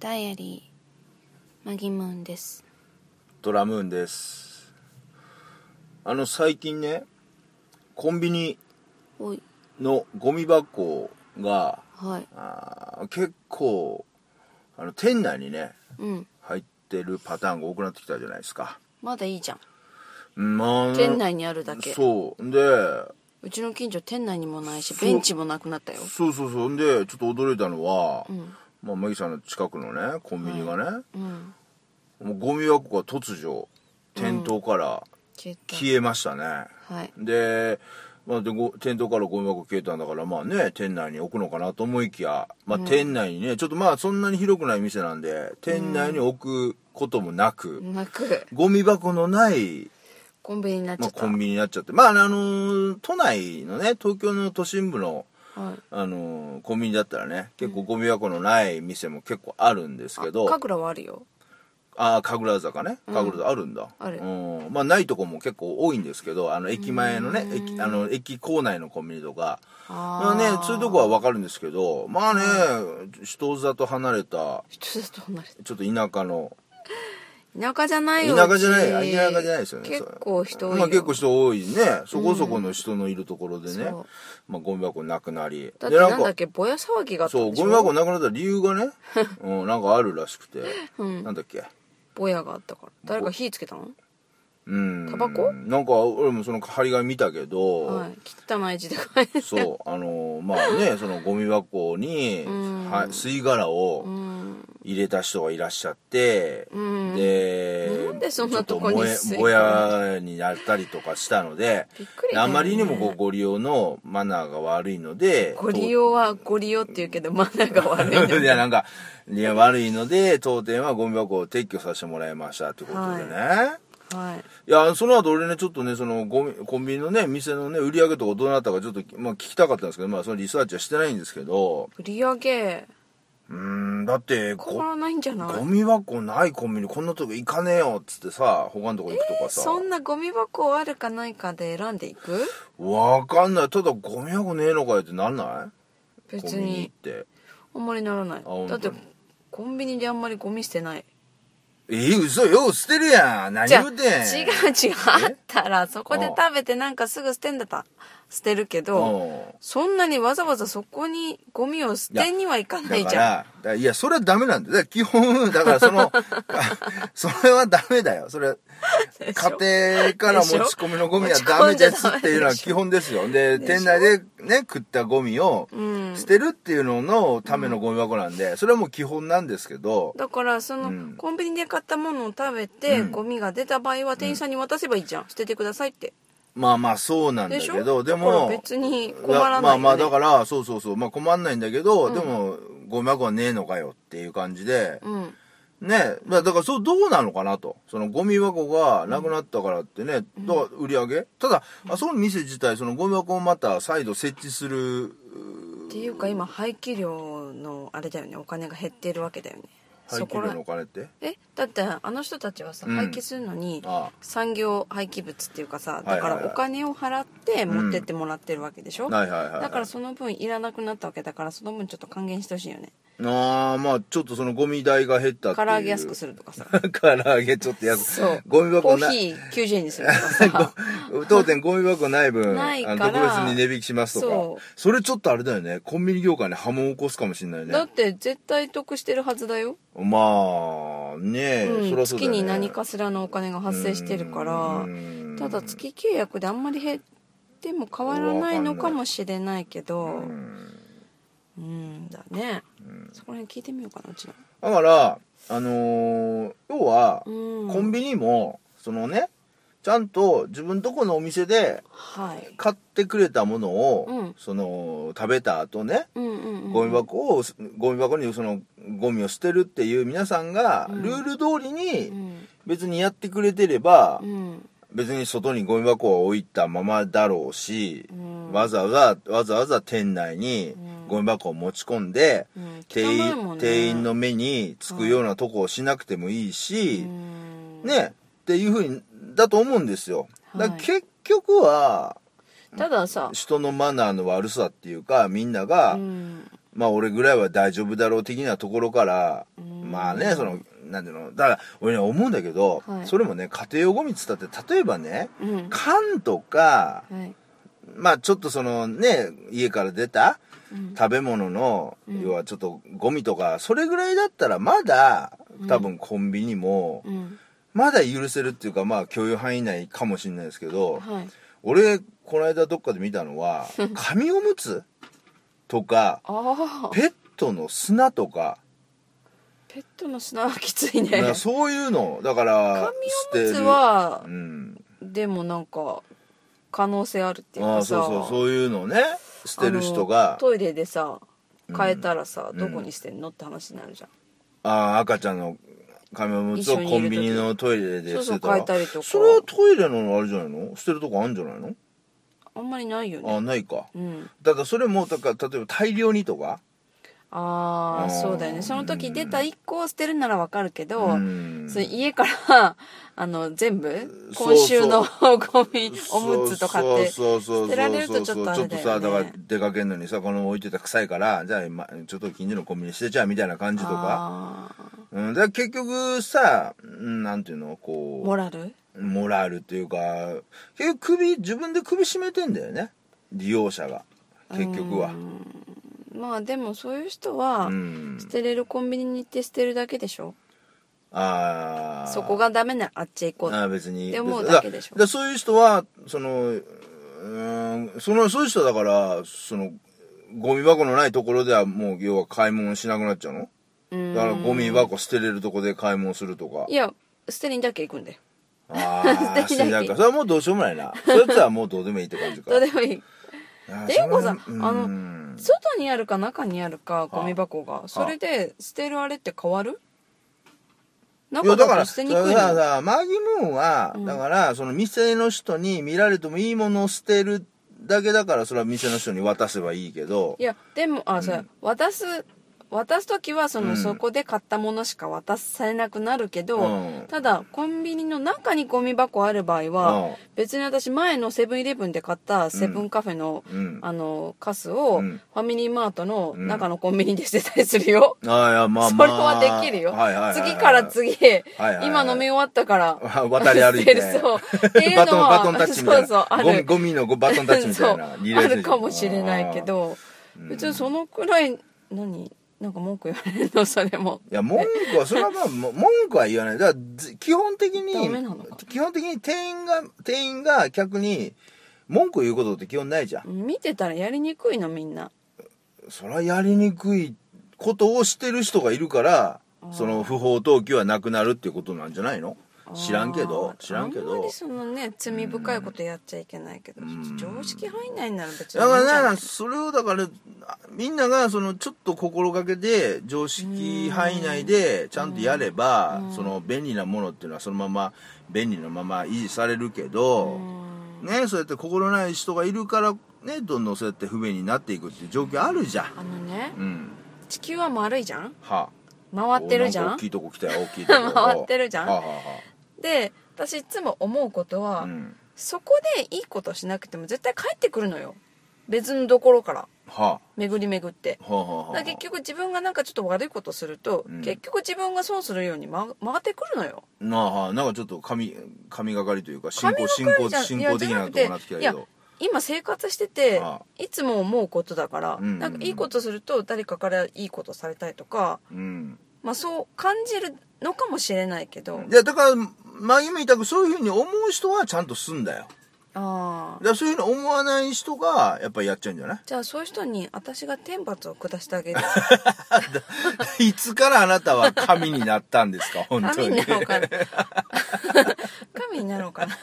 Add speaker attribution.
Speaker 1: ダイアリーマギムーンです
Speaker 2: ドラムーンですあの最近ねコンビニ
Speaker 1: おい
Speaker 2: のゴミ箱が
Speaker 1: はい
Speaker 2: あー結構あの店内にね
Speaker 1: うん
Speaker 2: 入ってるパターンが多くなってきたじゃないですか
Speaker 1: まだいいじゃん
Speaker 2: まあ
Speaker 1: 店内にあるだけ
Speaker 2: そうで
Speaker 1: うちの近所店内にもないしベンチもなくなったよ
Speaker 2: そうそうそうんでちょっと驚いたのは、
Speaker 1: ん
Speaker 2: まあ、マギさんの近くのねコンビニがね、
Speaker 1: うん
Speaker 2: もうゴミ箱が突如店頭から
Speaker 1: 消えた
Speaker 2: 消えましたね、
Speaker 1: はい
Speaker 2: で,、まあ、でご店頭からゴミ箱消えたんだからまあね店内に置くのかなと思いきや、まあ、店内にね、ちょっとまあそんなに広くない店なんで店内に置くこともなく、
Speaker 1: なく
Speaker 2: ゴミ箱のない、
Speaker 1: コンビニになっち
Speaker 2: ま
Speaker 1: ゃ
Speaker 2: あ、
Speaker 1: った、
Speaker 2: コンビニになっちゃってまああのー都内のね東京の都心部の
Speaker 1: はい
Speaker 2: あのーコンビニだったらね結構ゴミ箱のない店も結構あるんですけど、
Speaker 1: 神楽はあるよ
Speaker 2: ああ神楽坂ね神楽坂あるんだ、
Speaker 1: ある
Speaker 2: うんまあないとこも結構多いんですけどあの駅前のね駅あの駅構内のコンビニとかま
Speaker 1: あ
Speaker 2: あねそういうとこはわかるんですけどまあね人里離れた
Speaker 1: 人だと離れ
Speaker 2: ちょっと田舎の
Speaker 1: た田舎じゃないよ
Speaker 2: 田舎じゃな
Speaker 1: う
Speaker 2: い
Speaker 1: ち
Speaker 2: 田舎じゃないですよね
Speaker 1: 結構人多いよ、
Speaker 2: まあ、結構人多いねそこそこの人のいるところでね、
Speaker 1: うんそう
Speaker 2: まあ、ゴミ箱なくなり
Speaker 1: だっ
Speaker 2: で
Speaker 1: てなんだ
Speaker 2: か
Speaker 1: っけぼや騒ぎがあった
Speaker 2: そうん
Speaker 1: でし
Speaker 2: ゴ
Speaker 1: ょ
Speaker 2: ミ箱なくなった理由が ね、うん、なんかあるらしくて、なんだっけ
Speaker 1: ぼやがあったから誰か火つけたの
Speaker 2: うん
Speaker 1: タバコ
Speaker 2: なんか俺もその張り紙見たけど、
Speaker 1: はい汚い字で書いて
Speaker 2: そうあのーまあねそのゴミ箱に、
Speaker 1: ん
Speaker 2: は吸い殻
Speaker 1: う
Speaker 2: を
Speaker 1: ん
Speaker 2: 入れた人がいらっしゃって、
Speaker 1: うん
Speaker 2: で
Speaker 1: なんでそんなとこに
Speaker 2: ちょっ
Speaker 1: 吸い殻
Speaker 2: と燃えぼやになったりとかしたので
Speaker 1: びっくりだよね
Speaker 2: あまりにもこうご利用のマナーが悪いので
Speaker 1: ご利用はご利用って言うけどマナーが悪い ね
Speaker 2: いや、なんか、いや、悪いので、当店はゴミ箱を撤去させてもらいましたってことでね。
Speaker 1: はい
Speaker 2: い、や、その後俺ね、ちょっとね、そのゴミ、コンビニのね、店のね、売り上げとかどうなったかちょっと、まあ聞きたかったんですけど、まあそのリサーチはしてないんですけど、
Speaker 1: 売り上げ
Speaker 2: うーん、だって、
Speaker 1: 変
Speaker 2: ご
Speaker 1: わらないんじゃない
Speaker 2: ゴミ箱ないコンビニ、こんなとこ行かねえよっつってさ、他のとこ行くとかさ、
Speaker 1: そんなゴミ箱あるかないかで選んでいく
Speaker 2: わかんない。ただゴミ箱ねえのかよってなんないコ
Speaker 1: 別
Speaker 2: ンビニ
Speaker 1: に
Speaker 2: って。
Speaker 1: あんまりならない
Speaker 2: 本
Speaker 1: だ
Speaker 2: 当
Speaker 1: っ
Speaker 2: に
Speaker 1: てコンビニであんまりゴミ捨てない
Speaker 2: えー、嘘よ、捨てるやん。何
Speaker 1: じゃあ
Speaker 2: 言
Speaker 1: 違う
Speaker 2: うてん。
Speaker 1: 違うあったらそこで
Speaker 2: うん
Speaker 1: 食べてなんかすぐ捨てんだったら捨てるけど
Speaker 2: うん
Speaker 1: そんなにわざわざそこにゴミを捨てに はいかな
Speaker 2: だ
Speaker 1: い
Speaker 2: か
Speaker 1: じゃん
Speaker 2: ら、だいや、それはダメなんだよ。だから基本、だから その、 あそれはダメだよ。それ、
Speaker 1: でしょ
Speaker 2: 家庭から持ち込みのゴミはダメですっていうのは基本ですよ。で、
Speaker 1: でしょ
Speaker 2: 店内でね、食ったゴミを
Speaker 1: うん
Speaker 2: 捨てるっていうののためのゴミ箱なんで、それはもう基本なんですけど、
Speaker 1: だからその、
Speaker 2: うん
Speaker 1: コンビニで買ったものを食べて、ゴミが出た場合は店員さんに渡せばいいじゃん、捨ててくださいって
Speaker 2: まあまあそうなんだ
Speaker 1: でし
Speaker 2: け
Speaker 1: ょ
Speaker 2: ど、で
Speaker 1: だから
Speaker 2: も、
Speaker 1: 別に困らないよ、ね、
Speaker 2: まあまあだから、そうそうそう、まあ困んないんだけど、でも、ゴミ箱はねえのかよっていう感じで、
Speaker 1: うん
Speaker 2: ねだだからそうどうなのかなとそのゴミ箱がなくなったからってね、だから売り上げただあそこの店自体そのゴミ箱をまた再度設置する
Speaker 1: っていうか今廃棄量のあれだよねお金が減ってるわけだよね
Speaker 2: 廃
Speaker 1: そこ
Speaker 2: 棄
Speaker 1: ら
Speaker 2: 量のお金って
Speaker 1: えだってあの人たちはさ、
Speaker 2: うん
Speaker 1: 廃棄するのに
Speaker 2: ああ
Speaker 1: 産業廃棄物っていうかさ
Speaker 2: いはい
Speaker 1: だ
Speaker 2: はい
Speaker 1: からお金を払って持ってってもらってるわけでしょ、
Speaker 2: はいはいはいはい
Speaker 1: だからその分いらなくなったわけだからその分ちょっと還元してほしいよね
Speaker 2: ああまあちょっとそのゴミ代が減ったって
Speaker 1: 唐
Speaker 2: いう
Speaker 1: 揚げ安くするとかさ
Speaker 2: 唐揚げちょっと安く
Speaker 1: そう
Speaker 2: ゴミ
Speaker 1: コ
Speaker 2: 箱
Speaker 1: ー
Speaker 2: な
Speaker 1: ヒー90円にするとか さ
Speaker 2: 当店ゴミ箱ない分
Speaker 1: ないか
Speaker 2: あ
Speaker 1: ら
Speaker 2: の特別に値引きしますとか
Speaker 1: そ
Speaker 2: それちょっとあれだよねコンビニ業界に波紋を起こすかもしれないね
Speaker 1: だって絶対得してるはずだよ、
Speaker 2: まあねえ、
Speaker 1: うん
Speaker 2: そりゃそう
Speaker 1: 月
Speaker 2: だよね
Speaker 1: に何かしらのお金が発生してるから
Speaker 2: うん
Speaker 1: ただ月契約であんまり減っても変わらないのかもしれないけどうんだねそこら辺聞いてみようかなうちの
Speaker 2: だから、あのー要は、
Speaker 1: うん
Speaker 2: コンビニも、そのね、ちゃんと自分とこのお店で
Speaker 1: はい
Speaker 2: 買ってくれたものを、
Speaker 1: うん
Speaker 2: その、食べた後ね、
Speaker 1: うんうんうん
Speaker 2: ゴミ箱を、ゴミ箱にその、ゴミを捨てるっていう皆さんが、
Speaker 1: うん
Speaker 2: ルール通り
Speaker 1: う
Speaker 2: に
Speaker 1: ん
Speaker 2: 別にやってくれてれば、
Speaker 1: うん
Speaker 2: 別に外にゴミ箱を置いたままだろうし、
Speaker 1: うん
Speaker 2: わざわざ、わざわざ店内に
Speaker 1: うん
Speaker 2: ゴミ箱を持ち込んで、
Speaker 1: うん汚
Speaker 2: 店
Speaker 1: い
Speaker 2: 員
Speaker 1: もんね
Speaker 2: 店員の目につくようなとこをしなくてもいいし、
Speaker 1: うん
Speaker 2: ねっていうふうにだと思うんですよ、だ
Speaker 1: は
Speaker 2: か
Speaker 1: い
Speaker 2: ら結局は
Speaker 1: たださ
Speaker 2: 人のマナーの悪さっていうかみんなが、
Speaker 1: うん
Speaker 2: まあ俺ぐらいは大丈夫だろう的なところから、まあね、その、なんていうの、だから俺ね、思うんだけど、
Speaker 1: はい
Speaker 2: それもね、家庭用ゴミっつったって、例えばね、
Speaker 1: うん
Speaker 2: 缶とか、
Speaker 1: はい
Speaker 2: まあちょっとそのね、家から出た
Speaker 1: うん
Speaker 2: 食べ物の、
Speaker 1: うん
Speaker 2: 要はちょっとゴミとか、それぐらいだったらまだ、多分コンビニも、
Speaker 1: うん
Speaker 2: まだ許せるっていうか、まあ許容範囲内かもしれないですけど、
Speaker 1: はい
Speaker 2: 俺、この間どっかで見たの は、紙おむつとか、
Speaker 1: ああ
Speaker 2: ペットの砂とか、
Speaker 1: ペットの砂はきつい
Speaker 2: だか
Speaker 1: ね
Speaker 2: らそういうの、だから、
Speaker 1: 紙おむつ
Speaker 2: 捨
Speaker 1: は
Speaker 2: てる、うん。
Speaker 1: でもなんか可能性あるっていう
Speaker 2: ああ、
Speaker 1: かさ
Speaker 2: そうそう、そういうのをね、捨てる人
Speaker 1: あの
Speaker 2: が、
Speaker 1: トイレでさ変えたらさ、
Speaker 2: ん
Speaker 1: どこに捨てんのって話になるじゃん、
Speaker 2: ああ、赤ちゃんの紙おむつを
Speaker 1: 一緒にいる時
Speaker 2: コンビニのトイレ
Speaker 1: そ
Speaker 2: で
Speaker 1: う
Speaker 2: 捨
Speaker 1: そう
Speaker 2: てたら、
Speaker 1: 変えたりとか
Speaker 2: それはトイレのあれじゃないの捨てるとこあるんじゃないの
Speaker 1: あんまりないよ
Speaker 2: あ
Speaker 1: ね
Speaker 2: あ、ないか。
Speaker 1: うん
Speaker 2: だからそれも、だから例えば大量にとか、
Speaker 1: あ
Speaker 2: う
Speaker 1: あ
Speaker 2: ん
Speaker 1: そうだよねその時出た1個を捨てるならわかるけど、
Speaker 2: うん
Speaker 1: その家から あの全部
Speaker 2: そう
Speaker 1: 今週の ゴミおむつとかって
Speaker 2: そうそうそうそう
Speaker 1: 捨てられるとちょっとあれだよね
Speaker 2: ちょっとさだから出かけるのにさこの置いてた臭いからじゃあ、ま、ちょっと近所のコンビニ捨てちゃうみたいな感じとか、
Speaker 1: あー
Speaker 2: うん、だから結局さうんなんていうのこう
Speaker 1: モラル
Speaker 2: モラルというか結局首自分で首絞めてんだよね利用者が結局は
Speaker 1: まあでもそういう人は
Speaker 2: うん
Speaker 1: 捨てれるコンビニに行って捨てるだけでしょ
Speaker 2: ああ
Speaker 1: そこがダメならあっちへ行こう
Speaker 2: ああ別に
Speaker 1: って思う
Speaker 2: 別に
Speaker 1: だけでしょ
Speaker 2: だからそういう人はそのうーんそのそういう人はだからそのゴミ箱のないところではもう要は買い物しなくなっちゃうの
Speaker 1: うん
Speaker 2: だからゴミ箱捨てれるとこで買い物するとか
Speaker 1: いや捨てにだけ行くんだよ
Speaker 2: ああ
Speaker 1: 捨
Speaker 2: 捨
Speaker 1: て
Speaker 2: て
Speaker 1: な
Speaker 2: ないいかそれはもうどうしようもないなそいつはもうどうでもいいって感 じか
Speaker 1: どうでもいい
Speaker 2: あー
Speaker 1: ていうかさ
Speaker 2: それ
Speaker 1: あ
Speaker 2: は
Speaker 1: の
Speaker 2: うん
Speaker 1: 外にあるか中にあるかゴミ箱がそれで捨てるあれって変わる
Speaker 2: いや
Speaker 1: 中
Speaker 2: だ
Speaker 1: だ
Speaker 2: か
Speaker 1: と
Speaker 2: らだ
Speaker 1: 捨
Speaker 2: か
Speaker 1: て
Speaker 2: ら
Speaker 1: にくい
Speaker 2: さ
Speaker 1: の
Speaker 2: さマギムーンは、
Speaker 1: うん
Speaker 2: だからその店の人に見られてもいいものを捨てるだけだからそれは店の人に渡せばいいけど
Speaker 1: いやでもあ、そううん渡す渡す時はその、
Speaker 2: うん
Speaker 1: そこで買ったものしか渡されなくなるけど、
Speaker 2: うん
Speaker 1: ただコンビニの中にゴミ箱ある場合は、
Speaker 2: うん
Speaker 1: 別に私前のセブンイレブンで買ったセブンカフェの、
Speaker 2: うん
Speaker 1: あのカスを、
Speaker 2: うん
Speaker 1: ファミリーマートの中のコンビニで捨てたりするよ、
Speaker 2: ああ、いや、ま あ
Speaker 1: そ
Speaker 2: まあ。
Speaker 1: れはできるよ、
Speaker 2: はいはいはいはい
Speaker 1: 次から次へ、
Speaker 2: はいはいはい
Speaker 1: 今飲み終わったから
Speaker 2: 渡り歩いて。
Speaker 1: そうっていう
Speaker 2: バ
Speaker 1: の
Speaker 2: トン、
Speaker 1: は
Speaker 2: バトンタッチみたいな。
Speaker 1: そうそうある
Speaker 2: ゴミゴミのバトンタッチみたいな。
Speaker 1: そうあるかもしれないけ
Speaker 2: あ
Speaker 1: ど別にそのくらい何なんか文句言われるの それも
Speaker 2: ー。いや、文句は、それはまあ、も文句は言わない。だからず、基本的
Speaker 1: ダ
Speaker 2: に
Speaker 1: メなのかな、
Speaker 2: 基本的に店員が、店員が客に、文句言うことって基本ないじゃん。
Speaker 1: 見てたらやりにくいのみんな
Speaker 2: それはやりにくいことをしてる人がいるから、その不法投棄はなくなるっていうことなんじゃないの知らんけど
Speaker 1: あ、ー
Speaker 2: 知らんけど。
Speaker 1: あんまりそのね罪深いことやっちゃいけないけど常識範囲内なら別に
Speaker 2: だか
Speaker 1: いい
Speaker 2: らだ
Speaker 1: んじゃ
Speaker 2: か
Speaker 1: な
Speaker 2: ら
Speaker 1: い
Speaker 2: それをだからみんながそのちょっと心がけて常識範囲内でちゃんとやればその便利なものっていうのはそのまま便利なまま維持されるけどねそうやって心ない人がいるからねどんどんそうやって不便になっていくっていう状況あるじゃん
Speaker 1: あのね
Speaker 2: うん
Speaker 1: 地球は丸いじゃん
Speaker 2: はあ
Speaker 1: 回ってるじ
Speaker 2: おな
Speaker 1: ゃ
Speaker 2: か大
Speaker 1: ん
Speaker 2: きいとこ来たよ大きいとこ
Speaker 1: 回ってるじゃん
Speaker 2: はあは
Speaker 1: で私いつも思うこと
Speaker 2: あはあ
Speaker 1: は、
Speaker 2: うん
Speaker 1: そこでいいことしなくても絶対帰ってくるのよ別のところから
Speaker 2: は
Speaker 1: 巡り巡って
Speaker 2: あはあはあ
Speaker 1: だ
Speaker 2: は
Speaker 1: から
Speaker 2: あ
Speaker 1: 結局自分がなんかちょっと悪いことすると、
Speaker 2: うん
Speaker 1: 結局自分が損するように回回ってくるのよ
Speaker 2: なあはあなんかちょっと神神がかりというか信
Speaker 1: 神
Speaker 2: 仰
Speaker 1: が
Speaker 2: 信
Speaker 1: かり
Speaker 2: 仰
Speaker 1: じゃん
Speaker 2: 信仰的なとこになってきた
Speaker 1: い
Speaker 2: け
Speaker 1: や
Speaker 2: ど
Speaker 1: 今生活してて
Speaker 2: あ
Speaker 1: いつも思うことだから、
Speaker 2: うんうんうん
Speaker 1: なんかいいことすると誰かからいいことされたりとか、
Speaker 2: うん
Speaker 1: まあ、そう感じるのかもしれないけど、
Speaker 2: いや、だから、前も言ったくそういうふうに思う人はちゃんとすんだよ。
Speaker 1: ああ
Speaker 2: だからそういうふうに思わない人が、やっぱりやっちゃうんじゃない
Speaker 1: じゃあそういう人に私が天罰を下してあげる
Speaker 2: いつからあなた は神になったんですか、本当
Speaker 1: 神
Speaker 2: に
Speaker 1: に。なろうかな 神になろうかな